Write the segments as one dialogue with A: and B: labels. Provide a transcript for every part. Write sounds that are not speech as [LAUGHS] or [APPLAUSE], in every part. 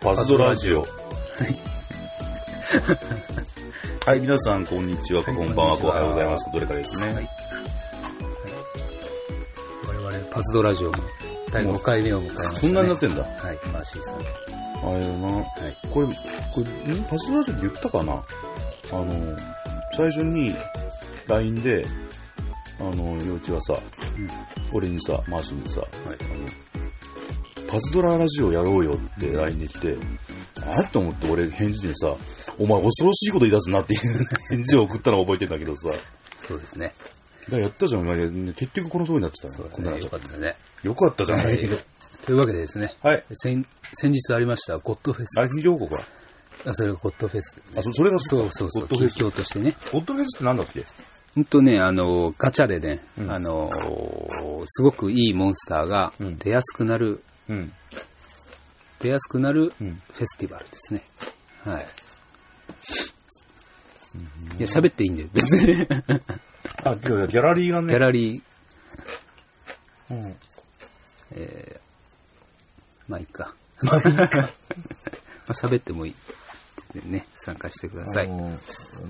A: ハドラジオ。はい、皆さん、こんにちは、
B: はい
A: こんばん
B: こん
A: は、
B: にち
A: お
B: は
A: はようございます。どれかですね。
B: はい我々、パズドラジオも第5回目を迎えました、ね。
A: そんなになってんだ。
B: はい、マーシーさん。は
A: あれよな。
B: い。
A: これ、これ、んパズドラジオで言ったかなあの、最初に、LINE で、あの、幼稚がさ、
B: うん
A: 俺にさ、マーシーにさ、あの、パズドララジオやろうよって LINE で来て、あれと思って俺返事にさ、お前恐ろしいこと言い出すなっていう返事を送ったのを覚えてんだけどさ、だか
B: そうですね。
A: らやったじゃん、お前結局この通りになってた
B: そう
A: の
B: で
A: こ
B: す
A: んな
B: ね。
A: の
B: よかったね。
A: よかったじゃな。
B: はいい。というわけでですね、
A: はい。
B: 先、先日ありました、ゴッドフェス。
A: あ、近況報告か。
B: あ、それがゴッドフェス。
A: あ、そそれが、
B: そうそうそう、
A: ゴッドフ
B: 近
A: ェス。
B: 況としてね。
A: ゴッドフェスってなんだっけ
B: ほんとね、あの、ガチャでね、
A: うん
B: あの、すごくいいモンスターが
A: うん
B: 出やすくなる、
A: うん。
B: 出やすくなる
A: うん。
B: フェスティバルですね。はい。いや、喋っていいんだよ、別に。ギ
A: あ、ギャギャラリーがね。
B: ャラリー、
A: うん。
B: まあいいか。 [LAUGHS] まあ喋ってもいい。ね、参加してくださ
C: あ
B: い。
C: の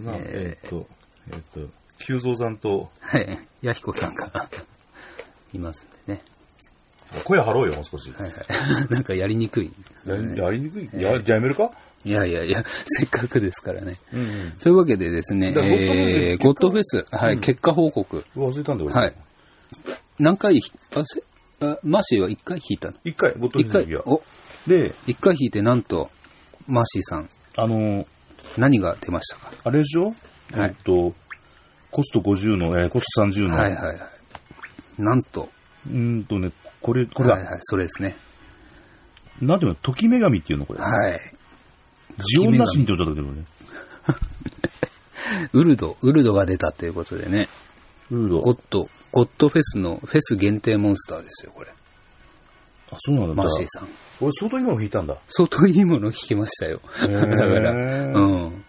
C: な
B: え
C: えっと、えっと、
A: 久蔵さんと、
B: はい。ヤヒコさんがいますんでね。
A: 声張ろうよ、もう少し。
B: はいはい。 [LAUGHS] なんかやりにくい。
A: やりやりにくい。や、じゃあやめるか
B: いやいやいや、せっかくですからね。
A: うん。
B: そういうわけでですね、
A: だから
B: えー、ゴッドフェス、はい、結果報告。
A: 忘れたんだよ、俺
B: はい。。何回ひ、あ、せ、あ、マーシーは1回引いたの
A: 一回、ボトル
B: ?1 回
A: の時、は。
B: お、
A: で、
B: 1回引いてなんと、マーシーさん、
A: あの、
B: 何が出ましたか
A: あれでしょ
B: はい
A: えっと、コスト50の、えーコスト30の。
B: はいはいはい。なんと、
A: うーんとね、これ、これだ。
B: はいはい、それですね。
A: なんていうの、時女神っていうの、これ。
B: はい。
A: ジオンナシンって言っちゃったけどね。
B: ウルド、ウルドが出たということでね、
A: ルード
B: ゴッド、ゴッドフェスのフェス限定モンスターですよ、これ。
A: あ、そうなんだ。
B: マーシーさん。
A: 俺、相当今も引いたんだ。
B: 相当いいもの聞きましたよ。
A: へー
B: だから、うん。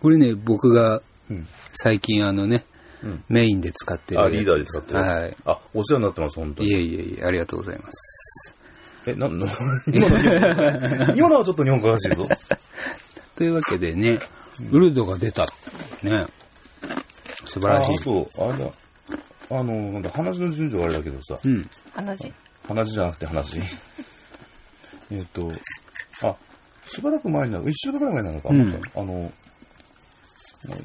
B: これね、僕が
A: うん
B: 最近あのね、
A: うん
B: メインで使ってるや
A: あ、
B: つ。
A: リーダーで使ってる。
B: はい。
A: あ、お世話になってます、本当
B: い
A: に。
B: えいえいえ、ありがとうございます。
A: え、なんの今の今のはちょっと日本語 [LAUGHS] おかしいぞ。
B: というわけでね、ウルドが出た。ね。素晴
A: あ、
B: ら
A: あ
B: しい。
A: と、あれだ。あの、なんだ、話の順序があれだけどさ、
B: うん。
D: 話。
A: 話じゃなくて話。えっと、あ、しばらく前になる、一週間ぐらい前なのか、
B: うん
A: あの、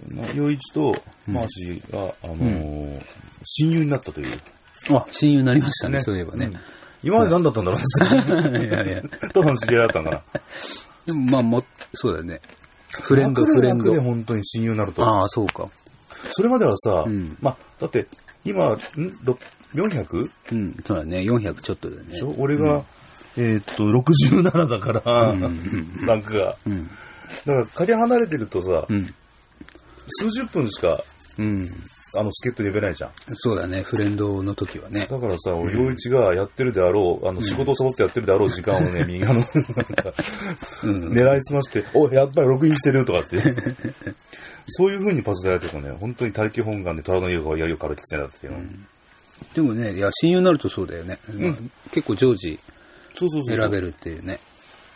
A: な洋一とマーシーが、あのー親友になったという。
B: あ、親友になりましたね、
A: ね
B: そういえばね。
A: 今まで何だったんだろうって。
B: いやいや。
A: ただの知り合いだったんだな。
B: [LAUGHS] でもまあも、そうだね。フレンド、
A: 楽
B: フ
A: で
B: レン
A: 楽で
B: ド。
A: 本当に親友になると。
B: ああ、そうか。
A: それまではさ、
B: うん
A: まあ、だって、今、んろ 400?
B: うん、そうだね。400ちょっとだね
A: でし。ょ俺が、えーっと、67だから、
B: うん
A: ランクが。
B: うん。
A: だから、仮に離れてるとさ、
B: うん。
A: 数十分しか、
B: うん。
A: あの、助っ人呼べないじゃん。
B: そうだね。フレンドの時はね。
A: だからさ、俺、洋一がやってるであろう、あの、仕事をサボってやってるであろう時間を
B: [LAUGHS]
A: ね、右側の、なんか、
B: うん。
A: 狙いすまして、おい、やっぱりログインしてるとかって。そういう風にパズドラやってるとね、本当に他力本願で虎の家がやよく歩いてきてんだっていうの。
B: でもね、いや、親友になるとそうだよね。まあ結構常時
A: そうそうそう。
B: 選べるっていうね、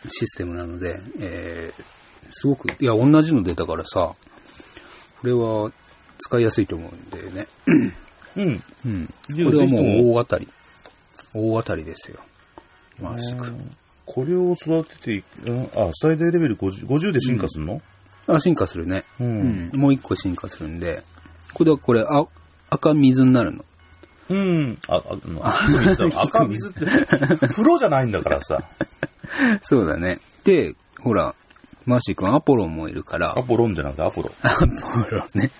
B: システムなので、えー、すごく、いや、同じの出たからさ、これは使いやすいと思うんだよね。
A: うん。
B: うん。こ
A: こ
B: れはもう大当たり。大当たりですよ。まあ、しく。
A: これを育てていく、うんあ、最大レベル 50, 50で進化するの、
B: あ、進化するね。
A: う、
B: うんん。もう一個進化するんで、これはこれ、あ、赤水になるの。
A: うん。あ、あ、あの
B: [LAUGHS]
A: 赤水って、風呂じゃないんだからさ。
B: そうだね。で、ほら、マーシー君、アポロもいるから、
A: アポロンじゃなくてアポロ。
B: アポロね。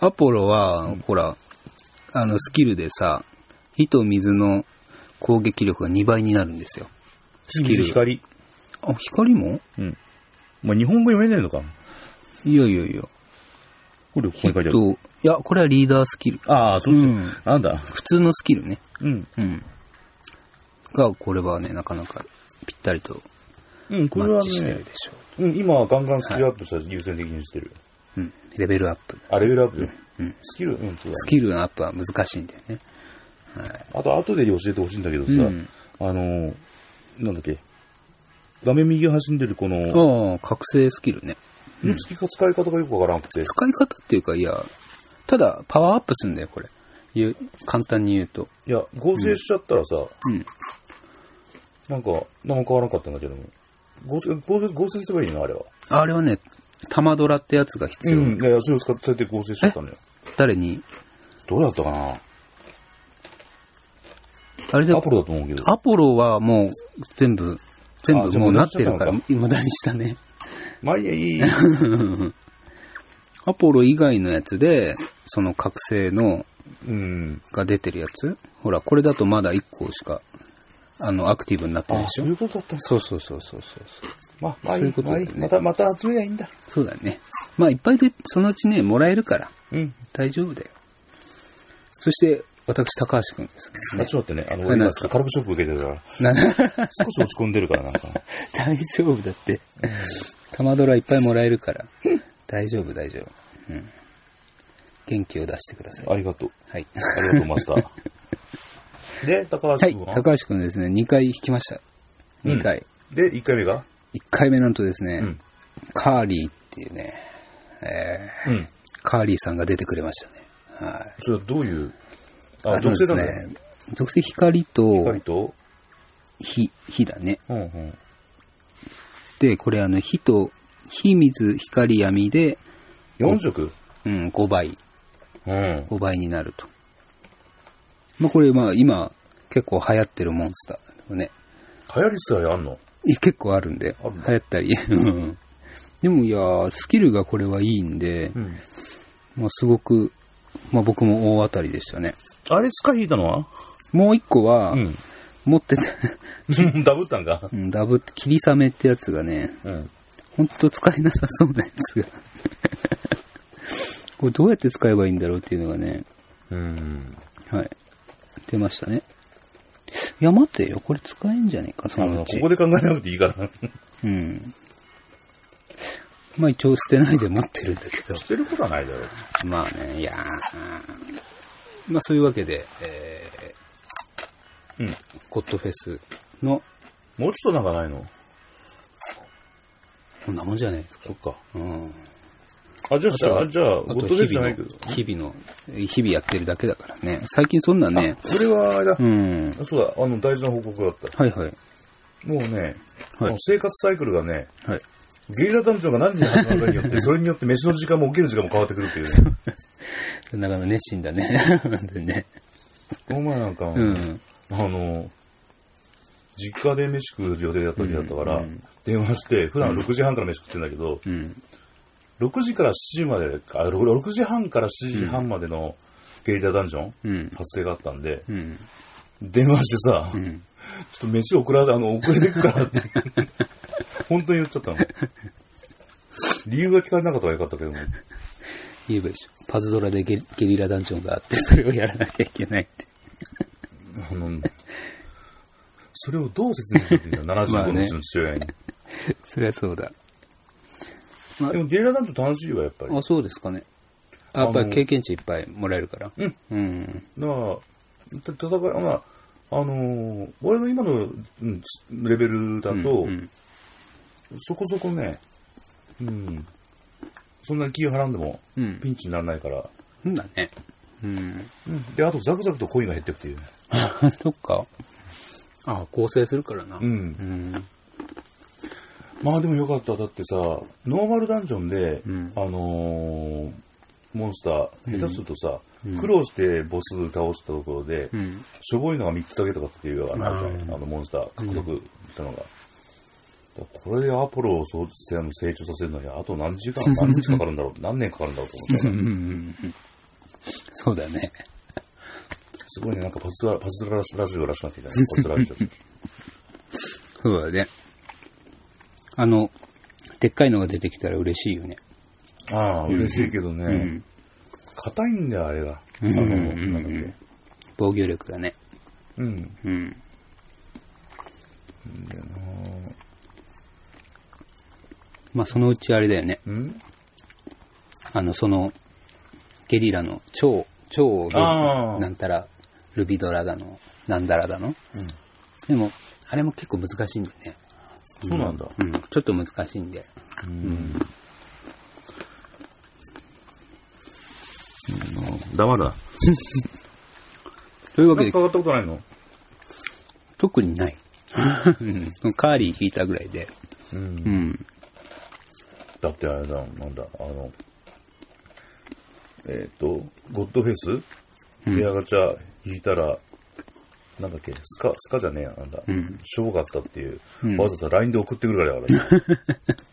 B: アポロは、ほら、あの、スキルでさ、火と水の攻撃力が2倍になるんですよ。スキル。
A: 光。
B: あ、光も
A: うん。まあ、日本語読めないのか。
B: いやいやいや。
A: これ、ここに書いてある。
B: と、いや、これはリーダースキル。
A: ああ、そうそう。
B: うん
A: なんだ。
B: 普通のスキルね。
A: うん。
B: うん。が、これはね、なかなかぴったりと
A: うん、こ
B: マ
A: れは
B: ッチして
A: ね
B: る、でしょ
A: うん、今はガンガンスキルアップしたら優先的にしてる。
B: う。うん。レベルアップ。
A: あ、レベルアップ。スキル、うん、そうだね
B: スキルのアップは難しいんだよね。
A: あと、後で教えてほしいんだけどさ、
B: うん
A: あの、なんだっけ、画面右端に出るこの、
B: ああ、覚醒スキルね。
A: の付き方使い方がよくわからなくて、
B: 使い方っていうか、いや、ただ、パワーアップするんだよ、これ。言う簡単に言うと。
A: いや、合成しちゃったらさ、
B: うん。
A: なんか、何も変わらなかったんだけども。合成、合成、合成すればいいのあれは。
B: あれはね、玉ドラってやつが必要。
A: いやいや、それを使ってそうやって合成しちゃったのよ。
B: 誰に
A: どうだったかな
B: あれで
A: アプロだと思うけど。
B: アポロはもう全部、全
A: あ
B: 部
A: じゃあ
B: もうなってるから、
A: 無駄
B: 無駄にしたね。
A: まあいいや、いい。
B: [LAUGHS] アポロ以外のやつで、その覚醒の、
A: うん。
B: が出てるやつほら、これだとまだ1個しか、あの、アクティブになってない
A: あ
B: で、し
A: そ
B: ょ
A: ういうことだったんです
B: そうそうそうそうそう。
A: まあ、まあい
B: そうい、
A: いう
B: こと
A: ま
B: だ
A: あ
B: よ
A: いい。
B: ね
A: また、また集めりゃいいんだ。
B: そうだね。まあ、いっぱいで、そのうちね、もらえるから、
A: うん。
B: 大丈夫だよ。そして、私、高橋くんですけど
A: [LAUGHS] あ
B: ね。
A: ちょっと待ってね、あの、
B: はい何
A: 俺今
B: ですか
A: カルブショック受けてるから、
B: な
A: 少し落ち込んでるから、
B: [LAUGHS]
A: なんか。
B: 大丈夫だって。玉ドラいっぱいもらえるから。大丈夫、大丈夫。うん。元気を出してください。
A: ありがとう。
B: はい。
A: ありがとう、マスター。 [LAUGHS] で、高
B: は
A: 橋君
B: い、
A: は、
B: 高橋くんですね、2回引きました。2回。
A: で、1回目が
B: 1回目なんとですね、
A: うん
B: カーリーっていうね、えー
A: うん。
B: カーリーさんが出てくれましたね。はい。
A: それはどういう、あ、
B: そうで
A: 属性
B: す
A: なんだよ。
B: ね。属性光と
A: 光と、
B: 火、火だね。
A: うんうん。
B: で、これあの、火と、火、水、光、闇で、
A: 4色
B: うん、5倍。
A: うん。
B: 5倍になると。まあこれまあ今結構流行ってるモンスターだよね。
A: 流行りすらあんの
B: い結構あるんで、
A: あ
B: 流
A: るの
B: 行ったり。うんでもいやー、スキルがこれはいいんで、
A: ん。
B: まあすごく、まあ僕も大当たりでしたね。
A: あれ、スカ引いたのは
B: もう一個は、
A: うん。 [LAUGHS]
B: 持ってた、
A: ダブったんか。
B: うんダブって、霧雨ってやつがね、
A: うん。
B: ほんと使えなさそうなやつが。 [LAUGHS] これどうやって使えばいいんだろうっていうのがね、
A: うん。
B: はい。出ましたね。いや、待ってよ。これ使えんじゃねえか、そ
A: あ
B: の
A: の、
B: う
A: こ
B: ち。
A: こで考えなくていいから。
B: うん。まあ一応捨てないで持ってるんだけ
A: [LAUGHS]
B: ど。
A: してることはないだろう。
B: まあね、いやーまあそういうわけで、え
A: うん。
B: ー、ゴッドフェスの、
A: もうちょっとなんかないの
B: こんなもんじゃないですか。
A: そっか。
B: うん。
A: あ、じゃあ
B: と
A: さ、
B: は
A: あじゃあ、
B: あ
A: ゴッ
B: と
A: ドフェス
B: 日
A: じゃ
B: 々
A: ないけ
B: の
A: ど。、
B: 日々の、日々やってるだけだからね。最近そんなね、
A: これは、あれだ
B: う。ん。
A: そうだ、あの、大事な報告だった。
B: はいはい。
A: もうね、
B: はい
A: あの生活サイクルがね、
B: はい。
A: ゲリラ団長が何時に始まるかに
B: [LAUGHS]
A: よって、それによって飯の時間も起きる時間も変わってくるっていうね。
B: なかなか熱心だね。 [LAUGHS] でね。
A: この前なんか、
B: うん。
A: あの、実家で飯食う予定だった時だったから、
B: うんうん
A: 電話して、普段6時半から飯食ってんだけど、
B: うん。
A: 6時から7時までか、あ6 6時半から7時半までのゲリラダンジョン、
B: うん。
A: 発生があったんで、
B: うん。
A: 電話してさ、
B: う
A: ちょ
B: ん。
A: っと飯送ら、あの、遅れてくから
B: [LAUGHS]
A: って、本当に言っちゃったの。理由が聞かれなかったからよかったけども、
B: 言えばいいでしょ。パズドラでゲリゲリラダンジョンがあって、それをやらなきゃいけないって。[LAUGHS]
A: あの、それをどう説明するっていうの
B: まあね
A: 75のうちの父親に。
B: [LAUGHS] そりゃそうだ。
A: でもゲリラ団長楽しいわ、やっぱり。
B: あ、そうですかね。あやっぱり経験値いっぱいもらえるから。
A: うん。
B: うん。
A: だから、た戦い、まあ、あのー俺の今の、うんつレベルだと、
B: うん
A: そこそこね、うん、そんなに気をらんでも
B: うん。
A: ピンチにならないから、
B: うんだね。うん。 [LAUGHS]
A: で、あとザクザクとコインが減っていくという。
B: そっか。あ、構成するからな。
A: う。
B: うんん。
A: まあでもよかった。だってさ、ノーマルダンジョンで、
B: うん
A: あのーモンスター、
B: うん
A: 下手するとさ、
B: うん
A: 苦労してボス倒したところで、
B: うん。
A: しょぼいのが3つだけとかっていうようなのあるじゃない
B: うん
A: あのモンスター獲得したのが。だからこれでアポロをそう成長させるのに、あと何時間、何日かかる
B: [LAUGHS]
A: んだろう、何年かかるんだろうと思って
B: うん。うん。 [LAUGHS] そうだね。
A: すごいね、なんかパズドラ、パズドララジオらしくなってきたね。パズドララジオ。
B: そうだね。あの、でっかいのが出てきたら嬉しいよね。
A: ああ、嬉しいけど
B: う
A: ね
B: ん、
A: 硬、いんだよ、あれが。あ
B: う
A: の、
B: ん
A: なんだっけ。
B: 防御力がね。
A: うん。
B: うん。まあ、そのうちあれだよね。
A: うん
B: あの、その、ゲリラの超、超ルビ
A: あー
B: なんたら、ルビドラだの、なんだらだの。でも、あれも結構難しいんだよね。
A: そうなんだ。
B: うん、ちょっと難しいんで。
C: うん。
A: 黙るな。
B: というわけ
A: なん
B: で
A: か、かかったことないの
B: 特に
A: [LAUGHS]
B: ない。うんカーリー引いたぐらいで。
C: う。
B: うんん。
A: だってあれだ、なんだ、あの、えっ、と、ゴッドフェスペアガチャ引いたら、なんだっけ、スカ、スカじゃねえや、なんだ
B: ん、
A: 賞、があったっていう、
B: うん
A: わざと LINE で送ってくるから
B: [LAUGHS]
A: だから、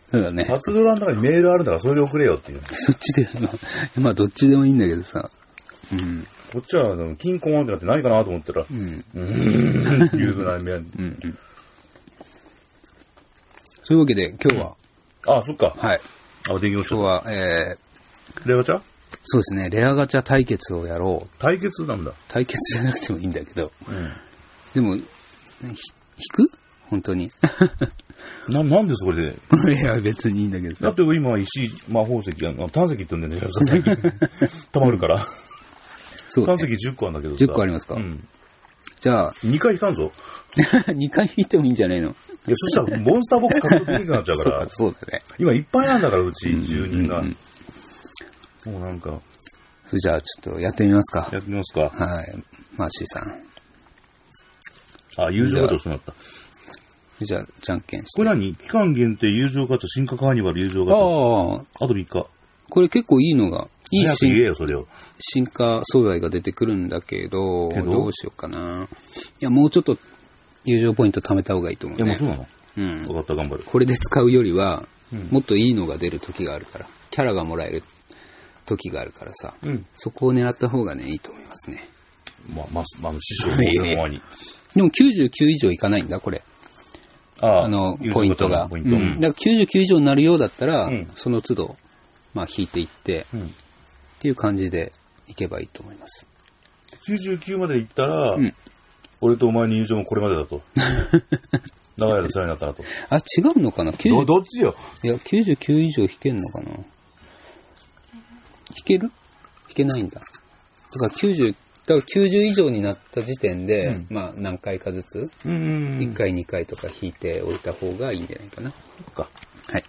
B: そうだね。
A: パズドラの中にメールあるんだからそれで送れよっていう。
B: そっちで、まあ、まあ、どっちでもいいんだけどさ。うん。
A: こっちは、あの金婚案ってなってないかなと思ったら、
B: うん。
A: うーん、っていうぐらいメール。
B: うん。そういうわけで、今日は、
A: あ、そっか。
B: はい。
A: あ、できま
B: 今
A: し
B: 日
A: た。
B: は、えー、
A: レガチャ
B: そうですね、レアガチャ対決をやろう。
A: 対決なんだ。
B: 対決じゃなくてもいいんだけど。
A: う
B: でも、ひ引く本 [LAUGHS] 当に。
A: ん。な、なんでそれで
B: いや、別にいいんだけど
A: だ
B: さ
A: っ。て今、石、魔法石、あの、炭石って言うんだよね、さ
B: [LAUGHS]
A: 溜まるから。
B: そう、
A: 炭
B: ね
A: 石。10個あるんだけどさ。
B: 10個ありますか
A: うん。
B: じゃあ、
A: 2回引かんぞ。
B: [LAUGHS] 2回引いてもいいんじゃないの
A: いや、そしたらモンスターボックス獲得できなくなっちゃうか
B: [LAUGHS] そう
A: ら
B: か、、そうだね。
A: 今いっぱいなんだから、うち住人が。
B: うんう
A: も
B: ん
A: うなんか、
B: それじゃあ、ちょっとやってみますか。
A: やってみますか。
B: はい。マーシーさん。
A: あ、友情ガチャそうなった。
B: じゃあ、じゃんけんして。
A: これ何期間限定友情ガチャ、進化カーニバル友情ガチャ。
B: ああ、
A: あと3日。
B: これ結構いいのが、いい
A: 早く言え
B: 進
A: よ、それを。
B: 進化素材が出てくるんだけど、
A: けど
B: どうしようかな。いや、もうちょっと友情ポイント貯めた方がいいと思
A: いうや、もう
B: ね
A: そ。うなの
B: うん。
A: わかった、頑張る。
B: これで使うよりは、もっといいのが出る時があるから、キャラがもらえる時があるからさ、
A: うん。
B: そこを狙った方がね、いいと思いますね。
A: ま、ま、あの、師匠の前に。
B: でも99以上いかないんだ、これ。
A: あ
B: あの
A: 友、情
B: ポイントが。
A: ガチャのポ
B: う
A: イン
B: ん
A: ト。うん
B: だから99以上になるようだったら、
A: うん
B: その都度、まあ引いていって、
A: うん
B: っていう感じでいけばいいと思います。
A: 99まで行ったら、
B: うん
A: 俺とお前の友情もこれまで
B: [LAUGHS]
A: だと。長い間世話になったなと。
B: あ、違うのかな
A: ど
B: ?90、
A: どっちよ
B: いや、99以上引けんのかな引ける引けないんだ。だから90、だから90以上になった時点で、
A: うん
B: まあ何回かずつ、
A: うんうん
B: 1回2回とか引いておいた方がいいんじゃないかな。
A: か。
B: はい。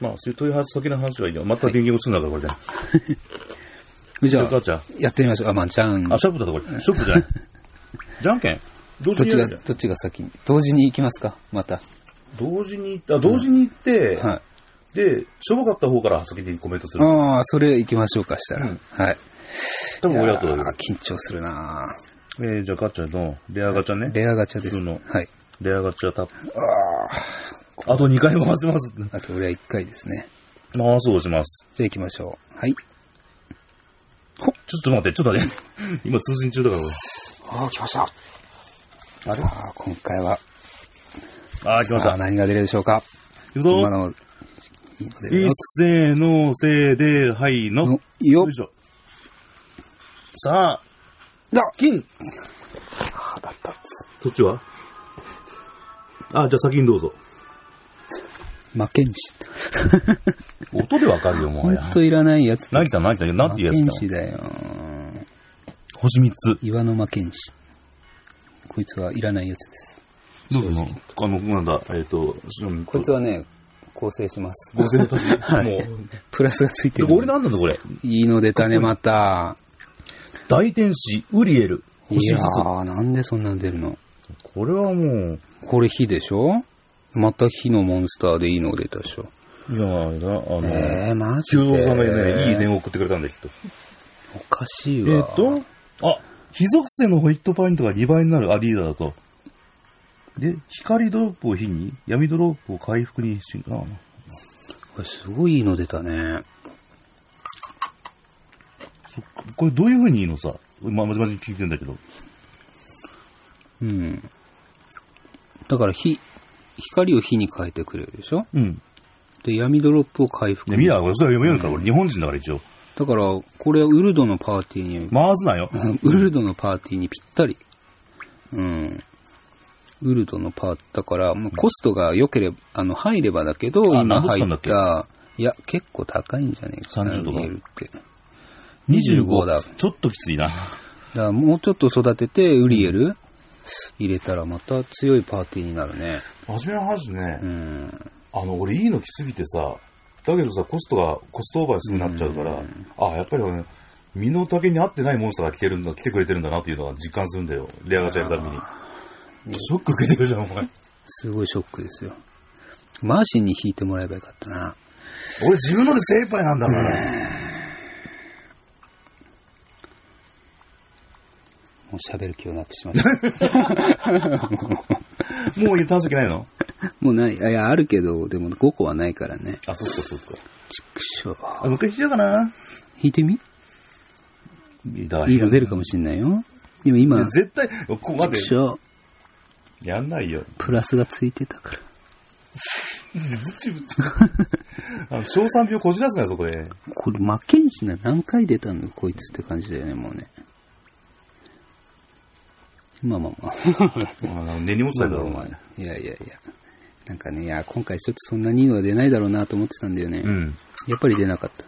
A: まあ、そういう問い話先の話はいいよ。また勉強するんだから、これで。
B: じゃ
A: ガ
B: あ、
A: チャ。
B: やってみましょう。あ、まあ、じゃん。
A: あ、ショップだとこれ。ショップじゃない。じゃんけん。同時
B: どっ
A: に
B: ち
A: や
B: が、
A: るじゃん。
B: どっちが先に。同時に行きますかまた。
A: 同時に、あ、同時に行って、
B: はい。
A: で、しょぼかった方から先にコメントする。
B: ああ、それ行きましょうか、したら。
A: うん
B: はい。
A: 多分俺だと
B: い
A: だ
B: やー
A: け
B: 緊張するなー
A: ど。えー、じゃあガチャの、レアガチャね。
B: レアガチャです。
A: 普通の
B: はい。
A: レアガチャタップ。あと2回回せます。
B: あと、俺は1回ですね。
A: 回そうします。
B: じゃあ行きましょう。はい。
A: ちょっと待って、ちょっと待って。 [LAUGHS] 今通信中だから俺。
B: ああ、来ました。さあ、今回は、
A: ああ、来まし
B: さあ、
A: た。
B: 何が出るでしょうか
A: 行くぞ
B: 今。のも、いいので
A: いっせーの、せーで、はいの。
B: の、よ
A: よいしょ。さあ、
B: だ
A: 金
B: 腹立
A: そっちはあ、じゃあ先にどうぞ。
B: つ。負けんし。
A: 音でわかるよ、も
B: ほ
A: うんや。
B: といらないやつ。
A: 何だ、何だ、なん
B: 負
A: ていう
B: け
A: やつ
B: ん
A: だ。
B: しだよ。
A: 星3つ。
B: 岩の負けんし。こいつはいらないやつです。
A: どうぞもう、あの、なんだ、えっ、と、ちなみに
B: こいつはね、構成します。
A: 5000円足し。もう、
B: プラスがついて
A: で
B: る。
A: これなんなんだ、これ。
B: いいの出たね、また。
A: 大天使、ウリエル。
B: い
A: 星
B: や
A: 5つ。
B: ー、なんでそんなん出るの
A: これはもう、
B: これ火でしょまた火のモンスターでいいの出たでしょ。
A: いやーな、あの、
B: えー、マジ
A: 修
B: で。
A: 造さんがね、いい電話を送ってくれたんだけど。
B: おかしい
A: え
B: わ。
A: っと、あ、非属性のホイットポイントが2倍になるアリーダだと。で、光ドロップを火に、闇ドロップを回復にし、あ
B: これすごいいいの出たね。
A: そっかこれどういう風にいいのさ。ま、まじまじ聞いてんだけど。
B: うん。だから火、光を火に変えてくれるでしょ
A: うん。
B: で、闇ドロップを回復。
A: で、ミラー、それは読めるから、俺日本人だから一応。
B: だから、これはウルドのパーティーに、 [LAUGHS]
A: 回すなよ。
B: ウルドのパーティーにぴったり。うん。ウルドのパーティー、だから、もうコストが良ければ、あの、入ればだけど、
A: あ
B: 今
A: 何ぼした
B: 入
A: んだ
B: っ
A: っけ
B: た、いや、結構高いんじゃねえかな。
A: 30とか
B: 見えるって。だか
A: 25
B: 25
A: だ。
B: だ
A: ちょっときついな。
B: らもうちょっと育てて、ウリエル、入れたらまた強いパーティーになるね。
A: 真面目な話ね、
B: うん。
A: あの、俺いいの来すぎてさ、だけどさ、コストが、コストオーバーにすぐなっちゃうから、
B: うん
A: あ、やっぱり俺、身の丈に合ってないモンスターが来てるんだ、来てくれてるんだなっていうのが実感するんだよ。レアガチャやるたびに。ショック受けてくるじゃん、お前。
B: すごいショックですよ。マーシンに引いてもらえばよかったな。
A: 俺自分ので精一杯なんだから。
B: もう喋る気をなくし [LAUGHS] ました。
A: もう言ったんじゃないの
B: もうない。あいや、あるけど、でも5個はないからね。
A: あ、そっかそっか。
B: くしょう。
A: あ、もう一回しようかな。
B: 引いてみ
A: いいだ
B: いいの出るかもしんないよ。でも今、
A: いや絶対、ここま
B: く
A: で
B: しょう
A: やんないよ。
B: プラスがついてたから。
A: ブチブチ。あの、小賛病こじらすなよ、そこで。
B: これ、マッケンシーな何回出たのこいつって感じだよね、もうね。まあまあまあ。
A: あの、根に持ってたんだろ、お前。
B: いやいやいや。なんかね、いや、今回ちょっとそんなにいいのは出ないだろうなと思ってたんだよね。
A: うん。
B: やっぱり出なかった。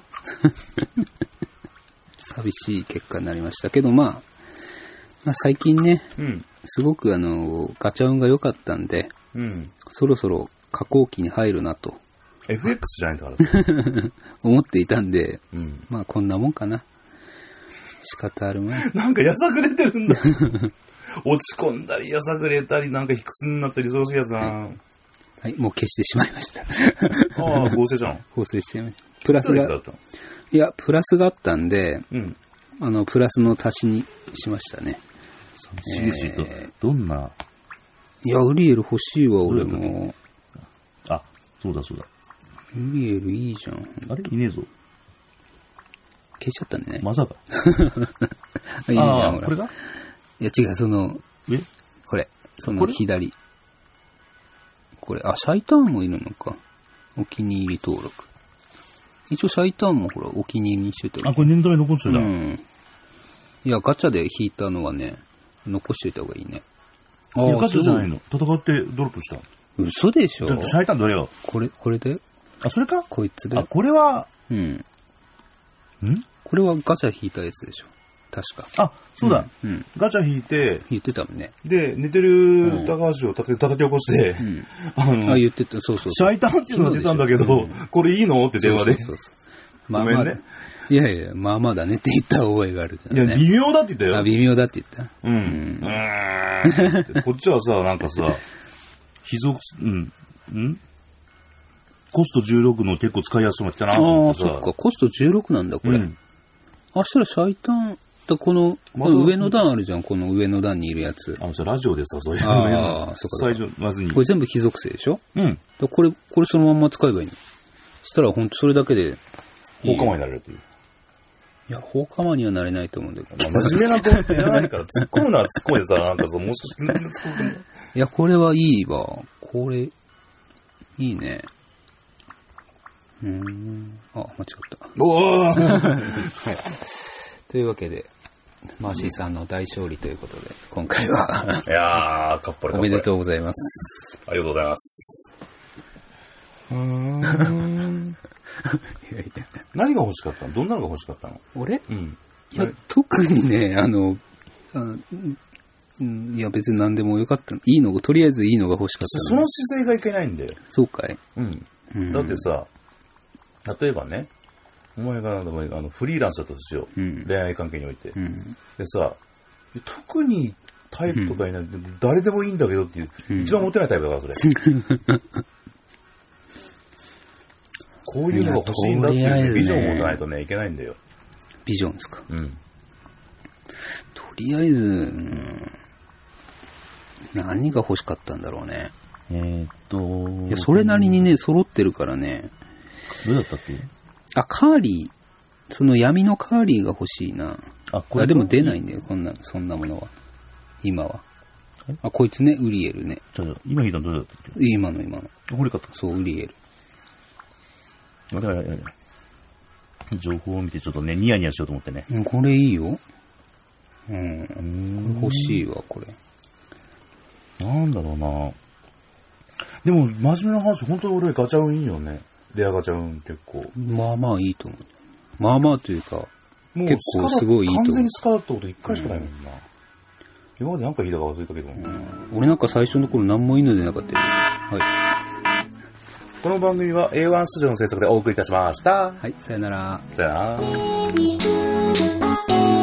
B: [LAUGHS] 寂しい結果になりましたけど、まあ、まあ最近ね、
A: うん。
B: すごくあの、ガチャ運が良かったんで、
A: うん。
B: そろそろ加工期に入るなと
A: FX じゃないんだからさ。
B: 思っていたんで、
A: うん。
B: まあこんなもんかな。仕方あるまい。
A: なんかやさぐれてるんだ。落ち込んだり、やさぐれたり、なんか卑屈になったり、忙しいやつ [LAUGHS] な。
B: はい、もう消してしまいました。
A: ああ、合成じゃん。
B: 構成しちゃいました。プラス
A: だ
B: が、
A: ったの
B: いや、プラスがあったんで、
A: うん。
B: あの、プラスの足しにしましたね。
A: 印と、どんな、
B: いや、ウリエル欲しいわ、俺
A: どういう
B: も。
A: あ、そうだそうだ。
B: ウリエルいいじゃん。
A: あれいねえぞ。
B: 消しちゃったんでね。
A: まさか。
B: いいじゃん、ほら
A: ーこれ。だ
B: いや、違う、その、
A: え
B: これ。そ
A: こ
B: の
A: れ
B: 左。これ、あ、シャイターンもいるのか。お気に入り登録。一応、シャイターンもほら、お気に入りにしといた
A: あ、
B: ら。
A: これ念のために残って
B: う
A: た。
B: ん。いや、ガチャで引いたのはね、残しといた方がいいね。
A: いやガチャじゃない
B: の
A: の。戦ってドロップした。
B: 嘘でしょ
A: だってシャイタンどれよ。
B: これ、これで
A: あ、それか
B: こいつで
A: あ、これは、
B: うん。
A: ん
B: これはガチャ引いたやつでしょ確か。
A: あ、そうだ。
B: うん。
A: ガチャ引いて、
B: 言ってたもんね。
A: で、寝てる高橋をたて叩き起こして
B: う、ん。
A: あ
B: あ、
A: の、シ
B: 言ってた。そうそうそう。
A: ャイタンっていうのが出たんだけど、
B: そうで
A: これいいのって電話で。
B: そうそうそうまあ
A: ごめん
B: まあ、
A: ね
B: いやいや、まあまあだねって言った覚えがあるけ
A: い
B: ど
A: や、
B: ね。
A: 微妙だって言った
B: あ
A: よ。
B: 微妙だって言った。
A: うん。うーんってこっちはさ、なんかさ、秘蔵、うん、んコスト16の結構使いやすそうな来たな
B: あ
A: と思
B: あ、
A: って
B: そっ
A: さ。
B: か。コスト16なんだ、こ
A: う
B: れ。
A: ん。
B: あしたらシャイタン、だこの、
A: ま
B: こ
A: た
B: の上の段あるじゃん、この上の段にいるやつ。
A: あのさ、ラジオでさ、そういう
B: あー
A: のね
B: そっかそ
A: 最
B: っか
A: 初、まずに
B: こ。れ全部非属性でしょ
A: うん。
B: だこれ、これそのまんま使えばいいの。そしたらほんとそれだけで、
A: 効果前になれるっていう。
B: いや、放火魔にはなれないと思うんだけど。
A: まあ真面目なコメントいらないから、突っ込むなら突っ込んでさ、なんかそう、もしかして突っ込む。
B: いや、これはいいわ。これ、いいね。うーん。あ、間違った。
A: おー
B: はい。というわけで、マーシーさんの大勝利ということで、今回は [LAUGHS]
A: いやー、かっぱり
B: おめでとうございます。
A: う。ありがとうございます。何が欲しかったのどんなのが欲しかったの
B: 俺
A: うん。
B: いや、特にね、あの、あうんうんいや、別に何でもよかった。いいのが、とりあえずいいのが欲しかった
A: その姿勢がいけないんだよ。
B: そうかい、
A: うん。
B: うん
A: だってさ、例えばね、お前がなんだお前があのフリーランスだったとしよう。
B: うん
A: 恋愛関係において。
B: うん。
A: でさ、特にタイプとかいない、誰でもいいんだけどっていう、
B: うん
A: 一番モテないタイプだから、それ。 [LAUGHS] こういうのが欲しいんだって
B: いやとりあえ
A: い
B: ず
A: う
B: ね
A: ビジョンを持たないとね、いけないんだよ。
B: ビジョンですか。
A: うん。
B: とりあえず、うん、何が欲しかったんだろうね。
C: えーっと、
B: いや、それなりにね、揃ってるからね。
C: どうだったっけ
B: あ、カーリー。その闇のカーリーが欲しいな。
C: あ、
B: あでも出ないんだよ、こんな、そんなものは。今は。あ、こいつね、ウリエルね。
C: ちょっと今引いたのどれだったっ
B: 今の今の。
C: けこれかと。
B: そう、ウリエル。
C: あれあれあれあれ情報を見てちょっとね、ニヤニヤしようと思ってね。
B: うんこれいいよ。う。
C: うんん
B: 欲しいわ、これ。
C: なんだろうな
A: でも、真面目な話、本当に俺ガチャ運いいよね。レアガチャ運結構。
B: まあまあいいと思う。まあまあというか、
A: もう
B: 結構すごいいいと思う
A: 完全にスカだったこと一回しかないもんな。今までなんか聞いたか忘れたけど、
B: 俺なんか最初の頃何もいいのでなかったよ。は
A: この番組は A1 スタジオの制作でお送りいたしました。
B: い。はい、さよなら。
A: さよなら。
D: 「いっぱい